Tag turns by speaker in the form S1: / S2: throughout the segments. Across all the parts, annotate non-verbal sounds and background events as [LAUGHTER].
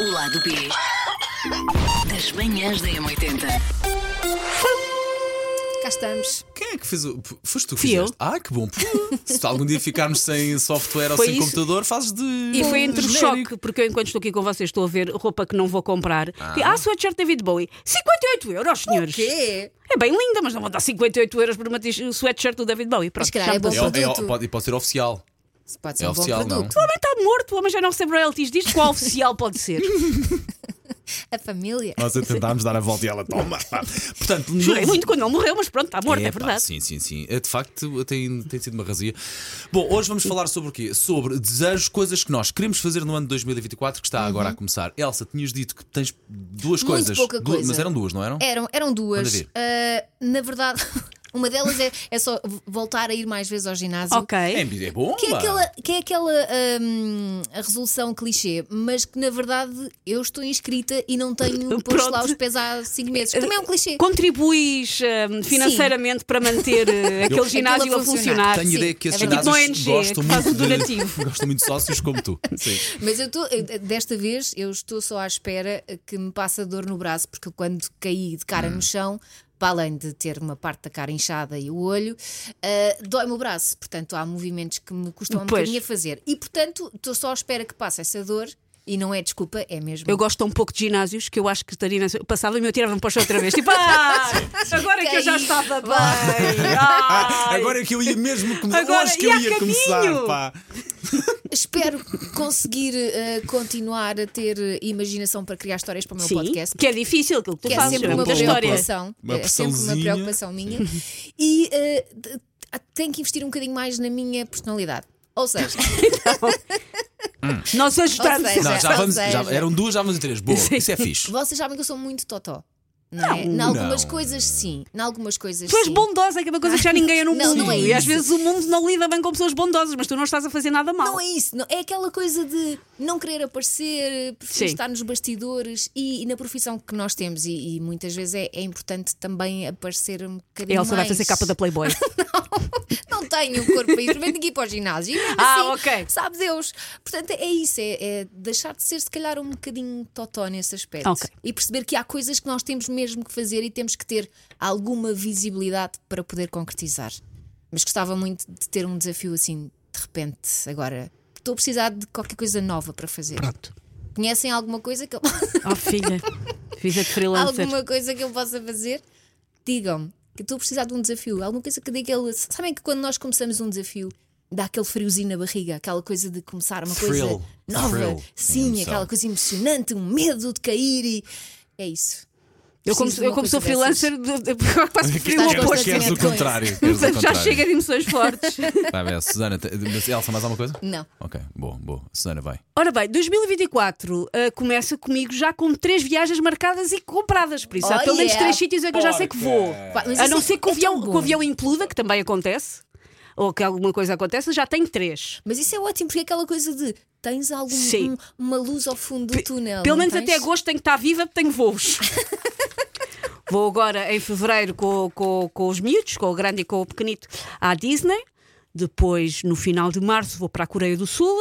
S1: O lado B das manhãs da M80.
S2: Cá estamos.
S3: Quem é que fez o. p- Foste tu que
S4: Fui eu.
S3: fizeste? Ah, que bom. Se algum dia ficarmos sem software ou
S4: Foi
S3: sem
S4: isso.
S3: computador, fazes de.
S4: E foi entre o
S3: genérico.
S4: choque, porque eu, enquanto estou aqui com vocês, estou a ver roupa que não vou comprar. Ah, ah sweatshirt David Bowie. 58 euros, senhores.
S2: Quê?
S4: É bem linda, mas não vou dar 58 euros por uma t- um sweatshirt do David Bowie. Pronto,
S2: Mas calhar
S4: já
S2: é bom
S4: me dou-
S3: É, o- é, o-
S2: Produto.
S3: pode, pode ser oficial.
S2: Isso pode ser
S3: é
S2: um
S3: oficial,
S2: bom produto.
S3: não?
S4: O homem está morto, o homem já não recebe royalties.
S2: [LAUGHS]
S4: Diz qual oficial pode ser.
S2: A família.
S3: Nós a tentámos dar a volta e ela toma. pá. Portanto,
S4: Chorei
S3: novo-
S4: é muito quando ele morreu, mas pronto, está morto, é,
S3: Epá,
S4: verdade.
S3: Sim, sim, sim. É, De facto, tem, tem sido uma razia. Bom, hoje vamos falar sobre o quê? Sobre desejos, coisas que nós queremos fazer no ano de 2024, que está agora a começar. Elsa, tinhas dito que tens duas
S2: Muito
S3: coisas.
S2: pouca
S3: Du-
S2: coisa. É.
S3: Mas eram duas, não eram?
S2: Eram, eram duas.
S3: Manda vir.
S2: Ah, na verdade, [LAUGHS] uma delas é, é só voltar a ir mais vezes ao ginásio.
S4: Ok.
S3: É, é bom.
S2: Que é
S3: pá.
S2: aquela, que é aquela hum, a resolução clichê, mas que na verdade eu estou inscrita e não
S3: [LAUGHS]
S2: tenho posto
S4: Pronto.
S2: lá os pés há 5 meses. Também é um clichê.
S4: Contribuis hum, financeiramente para manter eh,
S3: Aquilo
S4: aquele ginásio
S2: a
S4: a funcionar.
S3: Tenho
S2: Sim,
S3: ideia que esses
S2: é verdade.
S3: ginásios
S4: Tipo uma ONG,
S3: gostam
S4: que faz
S3: muito,
S4: um
S3: de,
S4: donativo.
S3: [LAUGHS] gostam muito de sócios como tu. Sim.
S2: Mas eu estou, eu- desta vez, eu estou só à espera que me passe a dor no braço, porque quando caí de
S4: Hum.
S2: cara no chão, para além de ter uma parte da cara inchada e o olho, ah, dói-me o braço. Portanto, há movimentos que me custam um
S4: Pois.
S2: bocadinho a fazer. E portanto, estou só à espera que passe essa dor. E não é desculpa, é mesmo.
S4: Eu gosto tão pouco de ginásios que eu acho que estaria nessa... Passava-me e eu tirava-me para o chão outra vez. Tipo,
S2: [LAUGHS]
S4: ah, agora é que eu já
S2: Caí.
S4: estava bem. Ai.
S3: Agora é que eu ia mesmo começar.
S4: Agora
S3: Hoje que eu
S4: ia a
S3: ia
S4: caminho.
S3: começar, pá.
S2: Espero conseguir eh, continuar a ter eh, imaginação para criar histórias para o meu
S4: Sim,
S2: um podcast.
S4: que é difícil aquilo que tu
S2: Que é
S4: fazes,
S2: sempre
S4: é
S2: uma
S4: muita história.
S2: preocupação.
S3: Uma
S2: é sempre uma
S3: pressãozinha.
S2: preocupação minha. E eh, de- tenho que investir um bocadinho mais na minha personalidade. Ou
S4: [LAUGHS]
S2: seja,
S4: Nós ajudamos.
S2: Ou
S4: [LAUGHS]
S2: seja,
S3: Não, já
S2: ou
S3: vamos,
S2: seja.
S3: já, eram duas, já vamos em três. Boa,
S4: Sim.
S3: isso é fixe.
S2: vocês sabem que eu sou muito totó. Não, é? Em
S3: Não.
S2: algumas
S3: Não.
S2: coisas, sim. Em algumas coisas,
S4: Tu és
S2: sim.
S4: bondosa, que é uma coisa que já ninguém é no
S2: Não,
S4: mundo.
S2: não é
S4: e às
S2: isso.
S4: vezes o mundo não lida bem com pessoas bondosas, mas tu não estás a fazer nada mal.
S2: Não é isso, não- é aquela coisa de não querer aparecer, prefiro
S4: Sim.
S2: estar nos bastidores e, e na profissão que nós temos, e, e muitas vezes é, é importante também aparecer um bocadinho.
S4: Elsa vai
S2: mais.
S4: fazer capa
S2: [LAUGHS]
S4: da Playboy.
S2: não tenho o corpo para isso, mas tenho que ir para o ginásio. E mesmo
S4: Ah,
S2: assim,
S4: ok.
S2: Sabe Deus. Portanto, é isso, é, é deixar de ser, se calhar, um bocadinho totó nesse aspecto.
S4: Ok.
S2: E perceber que há coisas que nós temos mesmo que fazer e temos que ter alguma visibilidade para poder concretizar. Mas gostava muito de ter um desafio assim, de repente, agora. Estou a precisar de qualquer coisa nova para fazer.
S4: Pronto.
S2: Conhecem alguma coisa que eu, [LAUGHS]
S4: Oh, filha, fiz a de freelancer.
S2: alguma coisa que eu possa fazer? Digam-me que estou a precisar de um desafio. Alguma coisa que dê aquele. Sabem que quando nós começamos um desafio, dá aquele friozinho na barriga, aquela coisa de começar uma coisa
S3: Thrill.
S2: nova.
S3: Thrill.
S2: Sim,
S3: Emoção.
S2: aquela coisa emocionante, um medo de cair e. É isso.
S4: Eu, como,
S2: Preciso de
S4: eu
S2: uma
S4: como sou
S2: coisa dessas.
S4: freelancer, [LAUGHS] quase preferi o
S2: estás
S3: Queres-
S2: com
S4: oposto.
S2: esta
S3: Queres o
S2: direto com
S3: contrário. queres o
S4: Portanto, [LAUGHS] já
S3: contrário.
S4: chega de emoções fortes.
S3: Vai ver, Susana, te- mas Elsa, mais alguma coisa?
S2: Não.
S3: Ok, boa, boa. Susana, vai.
S4: Ora bem, 2024 ah, começa comigo já com três viagens marcadas e compradas, por isso há
S2: Oh,
S4: pelo menos
S2: yeah.
S4: três sítios é que eu já sei que vou.
S2: Pá, mas
S4: A
S2: isso
S4: não
S2: é-
S4: ser que o
S2: é tão
S4: avião, que o
S2: bom.
S4: avião impluda, que também acontece, ou que alguma coisa acontece, já tenho três.
S2: Mas isso é ótimo, porque é aquela coisa de. Tens algum,
S4: Sim.
S2: um- uma luz ao fundo do túnel.
S4: Pelo
S2: não
S4: menos
S2: tens?
S4: até agosto tenho que estar viva, tenho voos. [LAUGHS] Vou agora em fevereiro com, com, com os miúdos, com o grande e com o pequenito, à Disney. Depois, no final de março, vou para a Coreia do Sul.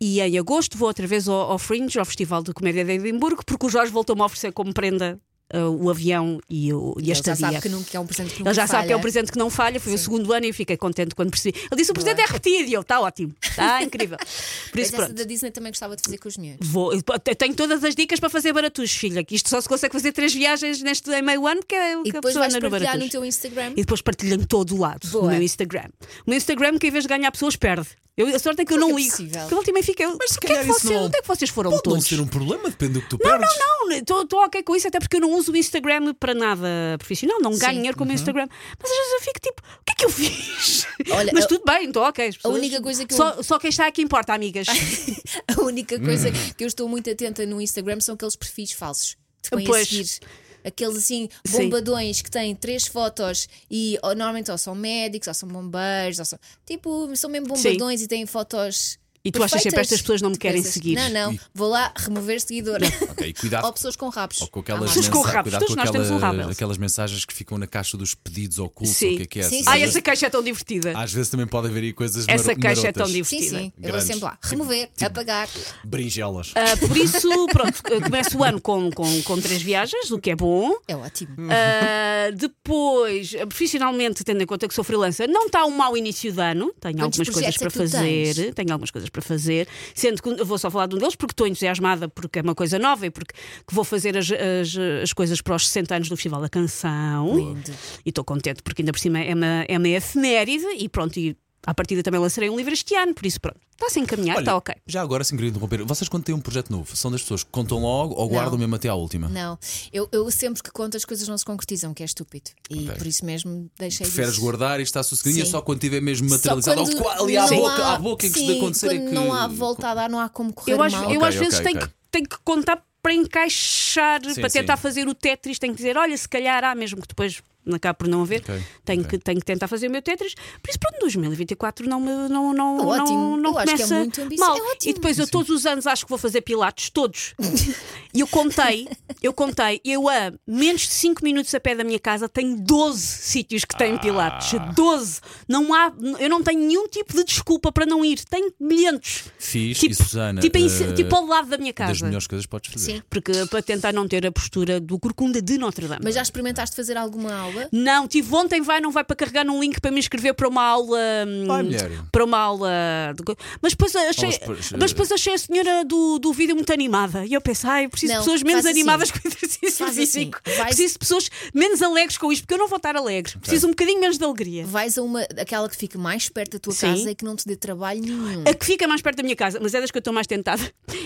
S4: E em agosto vou outra vez ao, ao Fringe, ao Festival de Comédia de Edimburgo, porque o Jorge voltou-me a oferecer como prenda ah, o avião e, o, e a
S2: Ele já
S4: estadia.
S2: sabe que, nunca, que é um presente que nunca
S4: Ele já sabe que é um
S2: falha.
S4: presente que não falha, foi o segundo ano e eu fiquei contente quando percebi. Ele disse: o presente é repetido, e eu, está ótimo,
S2: [LAUGHS]
S4: está incrível. Por
S2: Mas
S4: isso,
S2: essa
S4: pronto.
S2: da Disney também gostava de fazer com os meus.
S4: Vou, eu tenho todas as dicas para fazer baratus, filha. Que isto só se consegue fazer três viagens neste em meio ano, que é o
S2: E
S4: que a
S2: depois
S4: pessoa
S2: vais
S4: anda no
S2: partilhar
S4: baratus.
S2: no teu Instagram.
S4: E depois partilho em todo o lado
S2: Boa.
S4: no meu Instagram. O meu Instagram, que em vez de ganhar pessoas, perde. Eu, a sorte é que eu não
S2: é
S4: ligo.
S2: possível?
S4: Que a última fica. eu,
S3: Mas se
S4: o que é
S3: calhar
S4: que
S3: isso
S4: vocês-
S3: não-
S4: Onde é que vocês foram
S3: Pode não
S4: todos?
S3: ser um problema, depende do que tu perdes.
S4: Não, né, estou ok com isso, até porque eu não uso o Instagram para nada profissional, não ganho
S2: Sim.
S4: dinheiro com
S3: Uhum.
S4: o meu Instagram. Mas às vezes eu fico tipo, o que é que eu fiz?
S2: [LAUGHS] Olha,
S4: Mas
S2: eu-
S4: tudo bem, estou ok. as
S2: A
S4: pessoas-
S2: única coisa que eu-
S4: só, só quem está aqui
S2: [LAUGHS]
S4: importa, amigas.
S2: [LAUGHS] A única coisa
S3: Hum.
S2: que eu estou muito atenta no Instagram são aqueles perfis falsos. que Te põem a
S4: Pois.
S2: seguir. Aqueles assim,
S4: Sim.
S2: bombadões que têm três fotos e ou, normalmente ou são médicos, ou são bombeiros, ou são. Tipo, são mesmo bombadões e têm fotos.
S4: E tu achas sempre
S2: Perfeitas.
S4: estas pessoas não me
S2: Tu
S4: querem
S2: pensas,
S4: seguir?
S2: Não, não,
S3: E-
S2: vou lá remover seguidor.
S3: Ok, cuidado
S2: [LAUGHS] Ou pessoas com rabos.
S3: Ou com aquelas,
S2: Há
S4: Pessoas
S2: mais.
S4: com
S3: mensa-
S4: rabos,
S3: cuidado com
S4: todos nós temos um rabo,
S3: aquelas,
S4: Elsa.
S3: aquelas mensagens que ficam na caixa dos pedidos ocultos.
S4: Sim.
S3: O que é que é?
S2: Sim, sim.
S4: Ai,
S2: Sim.
S4: essa caixa é tão divertida.
S3: Às vezes também pode haver aí coisas
S4: Essa
S3: marotas.
S4: caixa é tão
S2: Sim,
S4: divertida.
S2: sim, eu vou
S3: Grandes. Tipo,
S2: sempre lá. Remover, apagar.
S3: Berinjelas.
S4: Ah, por isso, pronto, eu começo o ano com, com, com três viagens, o que é bom.
S2: É ótimo.
S4: Ah, depois, profissionalmente, tendo em conta que sou freelancer, não está um mau início de ano. Tenho
S2: Quantos
S4: algumas coisas
S2: projetos
S4: para
S2: é que tu
S4: fazer.
S2: tens?
S4: Tenho algumas coisas para fazer. Sendo que eu vou só falar de um deles porque estou entusiasmada, porque é uma coisa nova e porque que vou fazer as, as- as coisas para os 60 anos do Festival da Canção. E estou contente porque ainda por cima é uma, é uma efeméride e pronto, e à partida também lançarei um livro este ano, por isso pronto. Está-se a encaminhar,
S3: Olha,
S4: está Ah, tá, ok.
S3: Já agora, sem querer interromper, vocês quando têm um projeto novo, são das pessoas que contam logo ou guardam mesmo até à última?
S2: Não, eu, eu sempre que conto as coisas não se concretizam, que é estúpido. E
S3: Ok.
S2: por isso mesmo deixei
S3: Preferes
S2: disso.
S3: guardar e está sossegadinha
S2: Sim.
S3: só quando tiver mesmo
S2: Só
S3: materializado.
S2: quando
S3: ou qua- ali à
S2: não
S3: boca,
S2: há-
S3: à boca em que se
S2: sim,
S3: de acontecer é
S2: quando
S3: que.
S2: não há volta a dar, não há como correr
S4: Eu, acho-
S2: mal.
S4: eu
S3: Ok,
S4: às vezes
S3: ok,
S4: tenho,
S3: ok.
S4: Que, tenho que contar para encaixar,
S3: Sim,
S4: para tentar
S3: sim.
S4: fazer o Tetris, tenho que dizer, olha, se calhar há, mesmo que depois não acabe por não haver,
S3: Ok,
S4: tenho,
S3: ok.
S4: Que, tenho que tentar fazer o meu Tetris. Por isso, pronto, 2024 não, me- não, não,
S2: É ótimo.
S4: não, não
S2: Eu acho que é
S4: começa
S2: muito ambicioso.
S4: mal.
S2: É ótimo.
S4: e depois eu todos os anos acho que vou fazer pilates, todos.
S2: [LAUGHS]
S4: e eu contei, eu contei, eu a menos de 5 minutos a pé da minha casa tenho 12 sítios que
S3: Ah.
S4: têm pilates. 12. Não há, eu não tenho nenhum tipo de desculpa para não ir. Tenho milhentos.
S3: Fiz
S4: Tipo,
S3: e Susana.
S4: tipo, em-
S3: eh,
S4: tipo ao lado da minha
S3: Das
S4: casa.
S3: melhores coisas que podes fazer.
S2: Sim.
S4: Porque para tentar não ter a postura do corcunda de Notre Dame.
S2: Mas já experimentaste fazer alguma aula?
S4: Não, tive ontem, vai, não vai para carregar num link para me inscrever para uma aula. hum,
S3: Vai, mulher. Oh,
S4: para uma aula. de co- Mas depois achei,
S3: Aulas para-
S4: mas depois achei a senhora do, do vídeo muito animada. E eu pensei, ai, eu preciso
S2: Não,
S4: de pessoas menos
S2: faz assim.
S4: animadas com exercício
S2: Faz assim.
S4: físico.
S2: Vai-
S4: Preciso de pessoas menos alegres com isto, porque eu não vou estar alegre.
S3: Tá.
S4: Preciso um bocadinho menos de alegria.
S2: Vais a uma, aquela que fica mais perto da tua
S4: Sim. É
S2: casa e que não te dê trabalho nenhum.
S4: A que fica mais perto da minha casa, mas é das que eu estou mais tentada,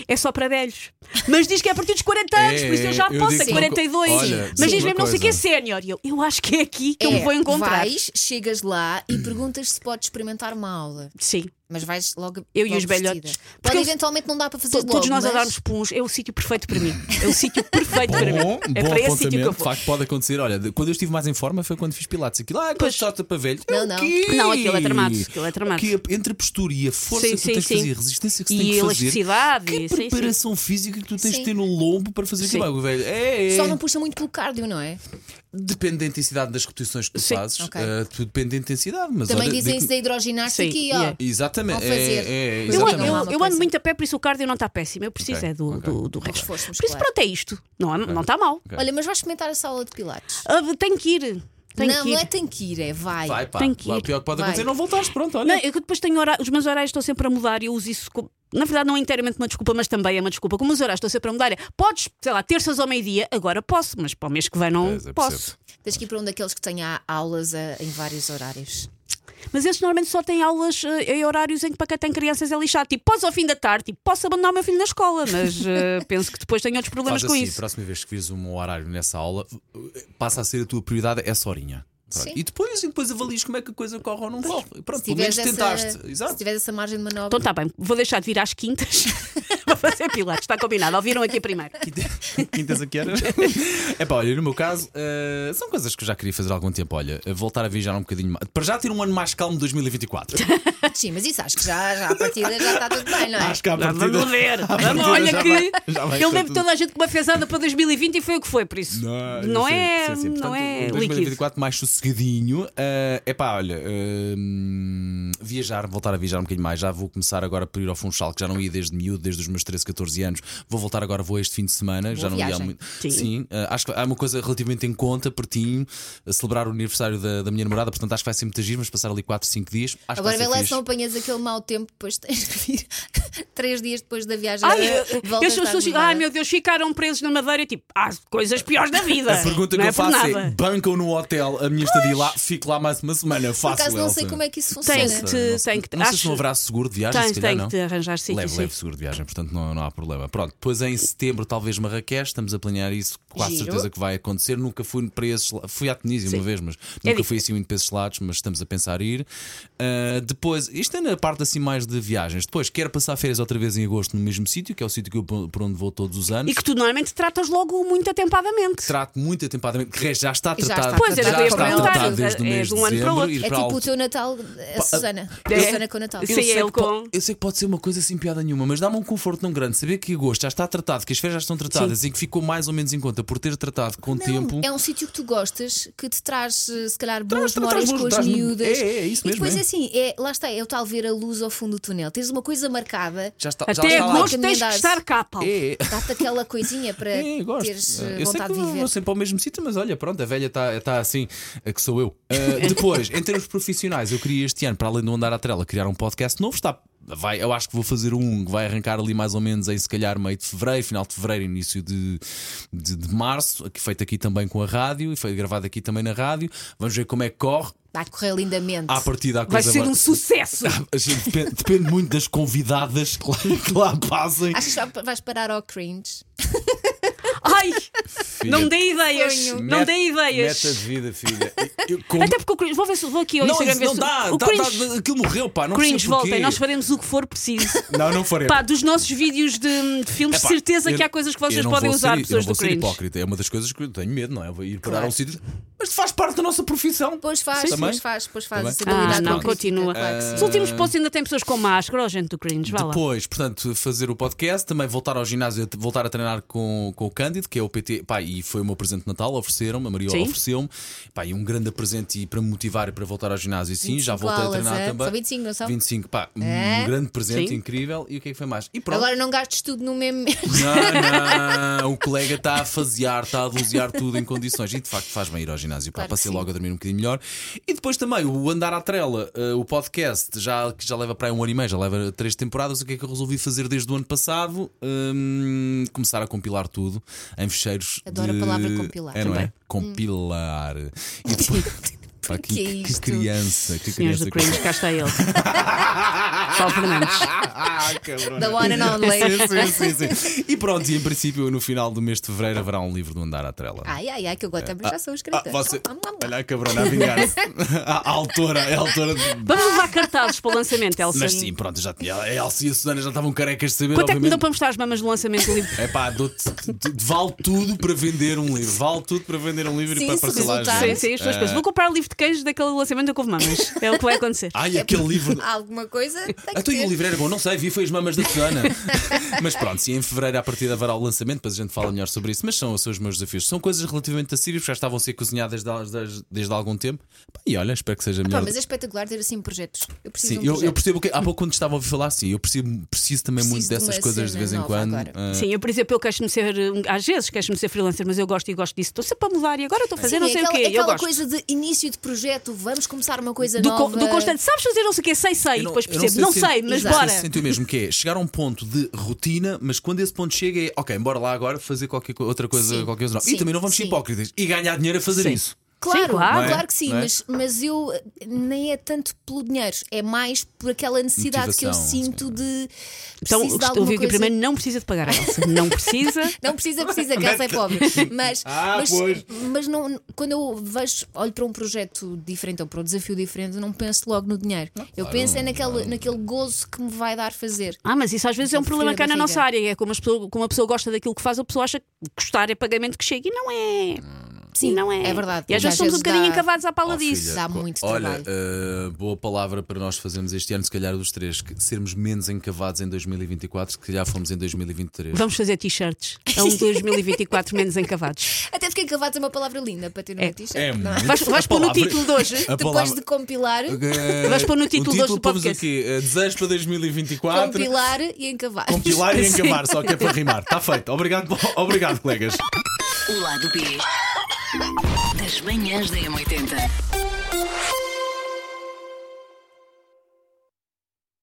S4: é só para velhos. Mas diz que é a partir dos 40 anos,
S3: É,
S4: por isso eu já
S3: eu
S4: posso,
S3: digo
S4: a
S3: uma
S4: 42.
S3: co- olha,
S4: mas
S3: digo
S4: diz
S3: uma
S4: mesmo não sei o que é
S3: coisa.
S4: sénior. E eu, eu acho que é aqui que eu me
S2: É,
S4: vou encontrar.
S2: Vais, chegas lá e perguntas se podes experimentar uma aula.
S4: Sim.
S2: Mas vais logo.
S4: Eu e
S2: logo
S4: os velhotes.
S2: vestida. Pode
S4: Porque eu-
S2: eventualmente não dá para fazer
S4: To-
S2: logo,
S4: todos nós
S2: mas...
S4: a darmos puns, é o sítio perfeito para mim. É o sítio perfeito para mim.
S3: Bom,
S4: [LAUGHS] É
S3: bom
S4: para esse sítio que eu
S3: apontamento. De
S4: vou.
S3: facto, pode acontecer. Olha, de- quando eu estive mais em forma foi quando fiz pilates. Aquilo, ah,
S4: Pois.
S3: coisa chata para velho.
S2: Não,
S3: É o
S2: não.
S3: quê?
S4: Não, aquilo é tramado, aquilo é tramado.
S3: Que entre a postura e a força
S4: Sim,
S3: que tu
S4: sim,
S3: tens
S4: sim.
S3: de fazer, a resistência que se
S4: E
S3: tem que fazer.
S4: elasticidade.
S3: Que
S4: sim, sim.
S3: preparação física que tu tens
S2: Sim.
S3: de ter no lombo para fazer
S4: Sim.
S3: aquilo, velho. É, é.
S2: Só não puxa muito pelo cardio, não é?
S3: Depende da intensidade das repetições que tu
S4: Sim.
S3: fazes.
S2: Ok.
S3: eh, tudo depende da intensidade. Mas
S2: Também
S3: olha,
S2: dizem isso
S3: digo-
S2: da hidroginástica
S4: Sim,
S2: e ó.
S4: yeah.
S3: Exatamente.
S2: Ao
S3: É,
S2: fazer.
S3: é, é,
S4: Eu,
S3: exatamente.
S4: ando- eu-
S2: Não há uma
S4: eu ando
S2: coisa.
S4: muito a pé, por isso o cardio não está péssimo. Eu preciso
S3: Ok,
S4: é do,
S3: ok.
S4: do, do reforço.
S2: reforço
S4: Por isso,
S2: muscular.
S4: pronto, é isto. Não, é- não está mal.
S3: Ok.
S2: Olha, mas vais experimentar a sala de Pilates.
S4: Ah, tenho que ir. Tenho
S2: não,
S4: que ir.
S2: não é tem que ir, é vai.
S3: Vai, pá.
S4: Tenho que
S3: Lá,
S4: ir.
S3: o pior que pode
S2: Vai.
S3: acontecer, é não voltaste. Pronto, olha.
S4: Não, eu que depois tenho hora- os meus horários estão sempre a mudar e eu uso isso como. Na verdade, não é inteiramente uma desculpa, mas também é uma desculpa. Como os horários estão sempre a mudar, é, podes, sei lá, terças ao meio-dia, agora posso, mas para o mês que vem não
S3: Pois, eu
S4: posso.
S2: Tens que ir para um daqueles que tenha aulas a- em vários horários.
S4: Mas esses normalmente só têm aulas eh, em horários em que para quem tem crianças é lixado. Tipo, posso ao fim da tarde, tipo, posso abandonar o meu filho na escola, mas
S3: [LAUGHS]
S4: eh, penso que depois tenho outros problemas
S3: Faz
S4: com
S3: assim,
S4: isso.
S3: próxima vez que vires um horário nessa aula, passa a ser a tua prioridade essa horinha. Pronto.
S2: Sim.
S3: E depois, e depois avalias como é que a coisa corre ou não corre. Pronto, pelo menos
S2: tiveres
S3: tentaste.
S2: essa, se
S3: [LAUGHS] Exato.
S2: tiveres essa margem de manobra,
S4: Então está bem, vou deixar de vir às quintas [LAUGHS] para fazer pilates, está combinado. Ouviram aqui primeiro.
S3: [LAUGHS] Quintas a que horas? É pá, olha, no meu caso, eh, são coisas que eu já queria fazer há algum tempo. Olha, voltar a viajar um bocadinho mais. Para já ter um ano mais calmo de 2024.
S2: Tá sim, mas isso acho que já, já a partida já está tudo bem, não é?
S3: que à
S4: Tá, Vamos ver.
S3: [LAUGHS]
S4: Vamos, olha
S3: já
S4: que
S3: vai- já vai
S4: eu
S3: ser
S4: lembro
S3: tudo.
S4: toda a gente com uma fezada para 2020 e foi o que foi, por isso. Não,
S3: sei.
S4: é,
S3: Sim, sim.
S4: não
S3: Portanto,
S4: é
S3: um
S4: líquido.
S3: 2024 mais sossegadinho. É epá, olha, hum, viajar, voltar a viajar um bocadinho mais. Já vou começar agora por ir ao Funchal, que já não ia desde miúdo, desde os meus 13, 14 anos. Vou voltar agora, vou este fim de semana. já não ia há
S2: viagem.
S3: muito.
S4: Sim.
S3: eh, acho que há uma coisa relativamente em conta, pertinho, a celebrar o aniversário da, da minha namorada. Portanto, acho que vai ser muito giro, mas passar ali 4, 5 dias. Acho
S2: Agora
S3: que
S2: vê
S3: vai
S2: lá
S3: ser
S2: se não
S3: fixe.
S2: apanhas aquele mau tempo, depois tens de vir [LAUGHS] três dias depois da viagem.
S3: é
S2: eh,
S4: Ai, eu, eu
S2: voltas
S4: sou,
S2: à
S4: sou,
S2: vida.
S4: ai meu Deus, ficaram presos na madeira. Tipo, há coisas piores da vida.
S3: A pergunta
S4: não
S3: que
S4: é
S3: eu
S4: por
S3: faço é:
S4: nada.
S3: bancam no hotel a minha estadia lá, fico lá mais uma semana.
S2: Por
S3: Fácil.
S2: acaso não sei
S3: Elsa.
S2: como é que isso
S4: Tem
S2: funciona.
S4: que te. Tem que te
S3: Não sei se
S4: acho-
S3: não haverá seguro de viagem,
S4: Tens,
S3: se calhar
S4: tem
S3: não.
S4: que te arranjar sítio.
S3: Leve,
S4: sim.
S3: leve seguro de viagem, portanto portanto não, não há problema. Pronto, depois em setembro, talvez Marrakech, estamos a planear isso, quase
S2: Giro.
S3: certeza que vai acontecer. Nunca fui para esses la- fui à Tunísia uma vez,
S4: É
S3: mas nunca fui assim muito para esses lados, mas estamos a pensar ir. Ah, depois, isto é na parte assim mais de viagens. Depois, quero passar férias outra vez em agosto no mesmo sítio, que é o sítio que eu, por por onde vou todos os anos.
S4: E que tu normalmente tratas logo muito atempadamente.
S3: Trato muito atempadamente, que resto já está
S2: Já está
S3: tratado.
S2: Pois, era o que eu ia
S3: já está
S2: perguntar.
S3: tratado desde o
S4: É
S3: mês
S4: de um ano para
S3: dezembro,
S4: outro.
S3: ir
S2: É
S3: para
S2: tipo
S3: alto.
S2: o teu Natal, a Susana.
S4: É.
S2: A Susana com o Natal.
S4: Sim. é
S3: Eu sei,
S4: ele
S3: que po-
S4: com-
S3: eu sei que pode ser uma coisa sem piada nenhuma, mas dá-me um conforto não grande saber que agosto já está tratado, que as férias já estão tratadas e que ficou mais ou menos em conta por ter tratado com o tempo.
S2: É um sítio que tu gostas, que te traz, eh, se calhar, boas
S3: Traz- traz-
S2: memórias
S3: traz
S2: com
S3: boas-
S2: as
S3: traz-
S2: miúdas.
S3: é, é, é isso
S2: e
S3: mesmo,
S2: depois,
S3: é.
S2: assim, é, lá está, é o tal ver a luz ao fundo do túnel. Tens uma coisa marcada,
S3: Já está, já
S4: Até
S3: está lá.
S4: agosto tens que
S2: Caminhar.
S4: estar cá, Paulo.
S3: É, é.
S2: dá-te aquela coisinha para
S3: [LAUGHS] É, eu gosto.
S2: teres eh,
S3: eu sei que
S2: vontade de
S3: eu
S2: viver.
S3: vou sempre ao mesmo sítio, mas olha, pronto, a velha está tá assim, a que sou eu.
S4: [LAUGHS]
S3: Ah, depois, em termos profissionais, eu queria este ano, para além do Andar à Trela, criar um podcast novo. Está, vai, eu acho que vou fazer um que vai arrancar ali mais ou menos em se calhar meio de fevereiro, final de fevereiro, início de, de, de março, que feito aqui também com a rádio e foi gravado aqui também na rádio. Vamos ver como é que corre.
S2: Vai correr lindamente.
S3: À partida, a
S4: Vai
S3: coisa
S4: ser um
S3: [LAUGHS]
S4: sucesso.
S3: Assim, Depende, depende muito das convidadas que lá, que lá passem.
S2: Achas que vai- vais parar ao cringe?
S4: Ai,
S3: Filha,
S4: não dê ideias.
S2: Sonho.
S4: Não dê ideias.
S3: Meta de vida, filha. Eu- com-
S4: Até porque o cringe. Vou, ver se, vou aqui ao
S3: Não,
S4: Instagram
S3: isso
S4: ver
S3: não
S4: se.
S3: dá,
S4: o
S3: dá,
S4: cringe,
S3: dá- aquilo morreu, pá, não
S4: cringe
S3: percebo
S4: voltem,
S3: porquê.
S4: nós faremos o que
S3: [LAUGHS]
S4: for preciso.
S3: Não, não faremos.
S4: Pá, dos nossos vídeos de, de filmes,
S3: Epá,
S4: certeza
S3: eu-
S4: que há coisas que
S3: eu
S4: vocês
S3: não
S4: podem
S3: vou
S4: usar,
S3: ser, eu não
S4: pessoas
S3: vou
S4: do
S3: ser
S4: cringe.
S3: hipócrita, é uma das coisas que eu tenho medo, não é? Eu vou ir parar
S2: Claro.
S3: a um sítio. Mas faz parte da nossa profissão.
S2: Pois faz,
S3: Sim. Ah,
S2: pois
S3: Também?
S2: faz, pois faz.
S3: Também?
S2: Essa
S3: Ah,
S2: habilidade
S3: não,
S2: não crítica,
S4: continua.
S2: claro que sim.
S4: Os últimos postos ainda têm pessoas com máscara, ó, gente do cringe, vá lá.
S3: Depois, portanto, fazer o podcast, também voltar ao ginásio, voltar a treinar com, com o Cândido, que é o PT. Pá, e foi o meu presente de Natal, ofereceram-me, a Maria
S4: Sim.
S3: ofereceu-me. Pá, e um grande presente e para me motivar e para voltar ao ginásio, sim, já
S2: 25
S3: voltei a
S2: aulas,
S3: treinar
S2: é?
S3: também.
S2: Só 25, não são?
S3: 25, pá,
S2: É?
S3: um grande presente
S4: Sim.
S3: incrível. E o que é que foi mais? E pronto.
S2: Agora não gastes tudo no mesmo. [LAUGHS]
S3: Não, não, o colega está a fasear, está a dosear tudo em condições. E de facto faz bem ir ao ginásio pá,
S2: Claro
S3: para
S2: que
S3: ser
S2: sim.
S3: logo a dormir um bocadinho melhor. E depois também o Andar à Trela, eh, o podcast, já, que já leva para aí um ano e meio, já leva três temporadas. O que é que eu resolvi fazer desde o ano passado? Hum, começar a compilar tudo em fecheiros.
S2: Adoro a
S3: de-
S2: palavra compilar. Hum.
S3: É, não
S4: Também.
S3: é? Compilar.
S2: [LAUGHS]
S3: E depois. Pá, que,
S2: Que é
S3: que
S2: isto?
S3: criança, que
S4: Senhores
S3: criança.
S4: do
S3: que-
S4: cringe, cá está ele.
S3: [LAUGHS]
S4: Paulo Fernandes.
S3: Ah, cabrona.
S2: Da one and only.
S3: Sim, sim, sim. E pronto, e em princípio no final do mês de fevereiro haverá um livro do Andar à Trela.
S2: Ai, ai, ai, que eu agora também já sou
S3: Ah,
S2: escrita. Então,
S3: você...
S2: Am, am, am.
S3: Olha a cabrona a vingar-se. [LAUGHS] a, a autora, é a autora de.
S4: Vamos levar cartazes para o lançamento, Elsa.
S3: Mas sim, pronto, já tinha. A Elsa e a Susana já estavam carecas de saber,
S4: Quanto é que me
S3: obviamente.
S4: dão para mostrar as mamas do lançamento do livro?
S3: É pá, dou-te- d- vale tudo para vender um livro. Vale tudo para vender um livro
S2: Sim,
S3: e para
S2: se
S3: parcelar as
S2: resultar.
S4: Sim,
S3: vendas.
S4: sim, as duas coisas. Vou comprar o livro de queijo daquele lançamento da Couve Mamas. É o que vai acontecer.
S3: Ai, aquele livro.
S4: Ah,
S2: Alguma
S3: [LAUGHS]
S2: coisa tem
S4: tá
S2: que
S3: Então, e
S2: ter.
S3: o livro era bom, não sei, vi foi as mamas da Susana. [LAUGHS] mas pronto, sim, em fevereiro, a partir da haverá o lançamento, depois a gente fala melhor sobre isso. Mas são, são os meus desafios. São coisas relativamente acessíveis, já estavam a ser cozinhadas desde, desde, desde há algum tempo. Pá, E olha, espero que seja
S2: Pá,
S3: melhor.
S2: mas é espetacular ter assim projetos. Eu preciso
S3: Sim,
S2: de um
S3: eu,
S2: projeto.
S3: eu percebo que é, há pouco quando estava a ouvir falar, sim, eu percebo, preciso também
S2: Preciso
S3: muito
S2: de
S3: dessas
S2: uma
S3: coisas de
S2: cena
S3: vez em
S2: nova
S3: quando.
S2: agora.
S3: Ah,
S4: Sim, eu, por exemplo, eu queixo-me de ser, hum, às vezes, queixo-me de ser freelancer, mas eu gosto e gosto disso. Estou sempre a mudar e agora estou a fazer
S2: Sim,
S4: não sei
S2: aquela,
S4: o quê.
S2: aquela
S4: eu gosto.
S2: coisa de início de projeto, vamos começar uma coisa
S4: do, co-
S2: nova.
S4: do constante, sabes fazer não sei o quê, sei, sei, e
S3: eu
S4: depois
S3: eu
S4: percebo, não
S3: se
S4: sei,
S3: senti-
S4: mas
S3: não sei
S4: bora.
S3: se senti o mesmo, que é chegar a um ponto de rotina, mas quando esse ponto chega é ok, bora lá agora fazer qualquer co- outra coisa,
S2: Sim,
S3: qualquer coisa. nova.
S2: sim,
S3: E também não vamos ser
S2: sim.
S3: hipócritas e ganhar dinheiro a fazer
S4: Sim.
S3: isso.
S2: Claro,
S4: Sim, claro.
S2: claro,
S3: Não é?
S2: que sim,
S3: Não é?
S2: mas, mas eu eh, nem é tanto pelo dinheiro, é mais por aquela necessidade que eu
S3: Motivação, assim, é?
S2: sinto de.
S4: Então,
S2: preciso de
S4: eu
S2: alguma
S4: vi aqui
S2: coisa.
S4: primeiro, não precisa de pagar a Elsa. Não precisa.
S2: Não precisa, precisa, que ela é pobre.
S3: [LAUGHS]
S2: Mas,
S3: Ah,
S2: mas,
S3: pois.
S2: mas não, quando eu vejo, olho para um projeto diferente ou para um desafio diferente, eu não penso logo no dinheiro. eu penso é naquele, naquele gozo que me vai dar fazer.
S4: Ah, mas isso às vezes é um
S2: Então,
S4: problema que há na
S2: prefiro a
S4: nossa área. É como, as pessoas, como a pessoa gosta daquilo que faz, a pessoa acha que gostar é pagamento que chega e não é.
S2: Sim,
S4: e não é.
S2: é verdade.
S4: E às vezes somos um bocadinho
S2: dá-
S4: encavados à pala
S3: Oh,
S4: disso.
S3: filha,
S2: Dá muito
S3: Olha,
S2: trabalho.
S3: eh, boa palavra para nós fazermos este ano, se calhar dos três, que sermos menos encavados em 2024, se calhar fomos em 2023.
S4: Vamos fazer t-shirts. É um 2024 menos encavados.
S2: Até porque encavados é uma palavra linda para ter no meu t-shirt. não é?
S3: muito-
S4: Vais, vais
S3: a
S4: pôr no
S3: palavra-
S4: título de hoje.
S3: a
S2: Depois
S3: palavra-
S2: de compilar,
S3: Eh,
S4: Vais pôr no título
S3: o
S4: de hoje
S3: título
S4: do
S3: pomos
S4: podcast.
S3: aqui, eh, desejos para 2024.
S2: compilar e encavar.
S3: Compilar e encavar, só que é para rimar. Está feito. Obrigado, obrigado colegas.
S1: O lado B das manhãs da M80.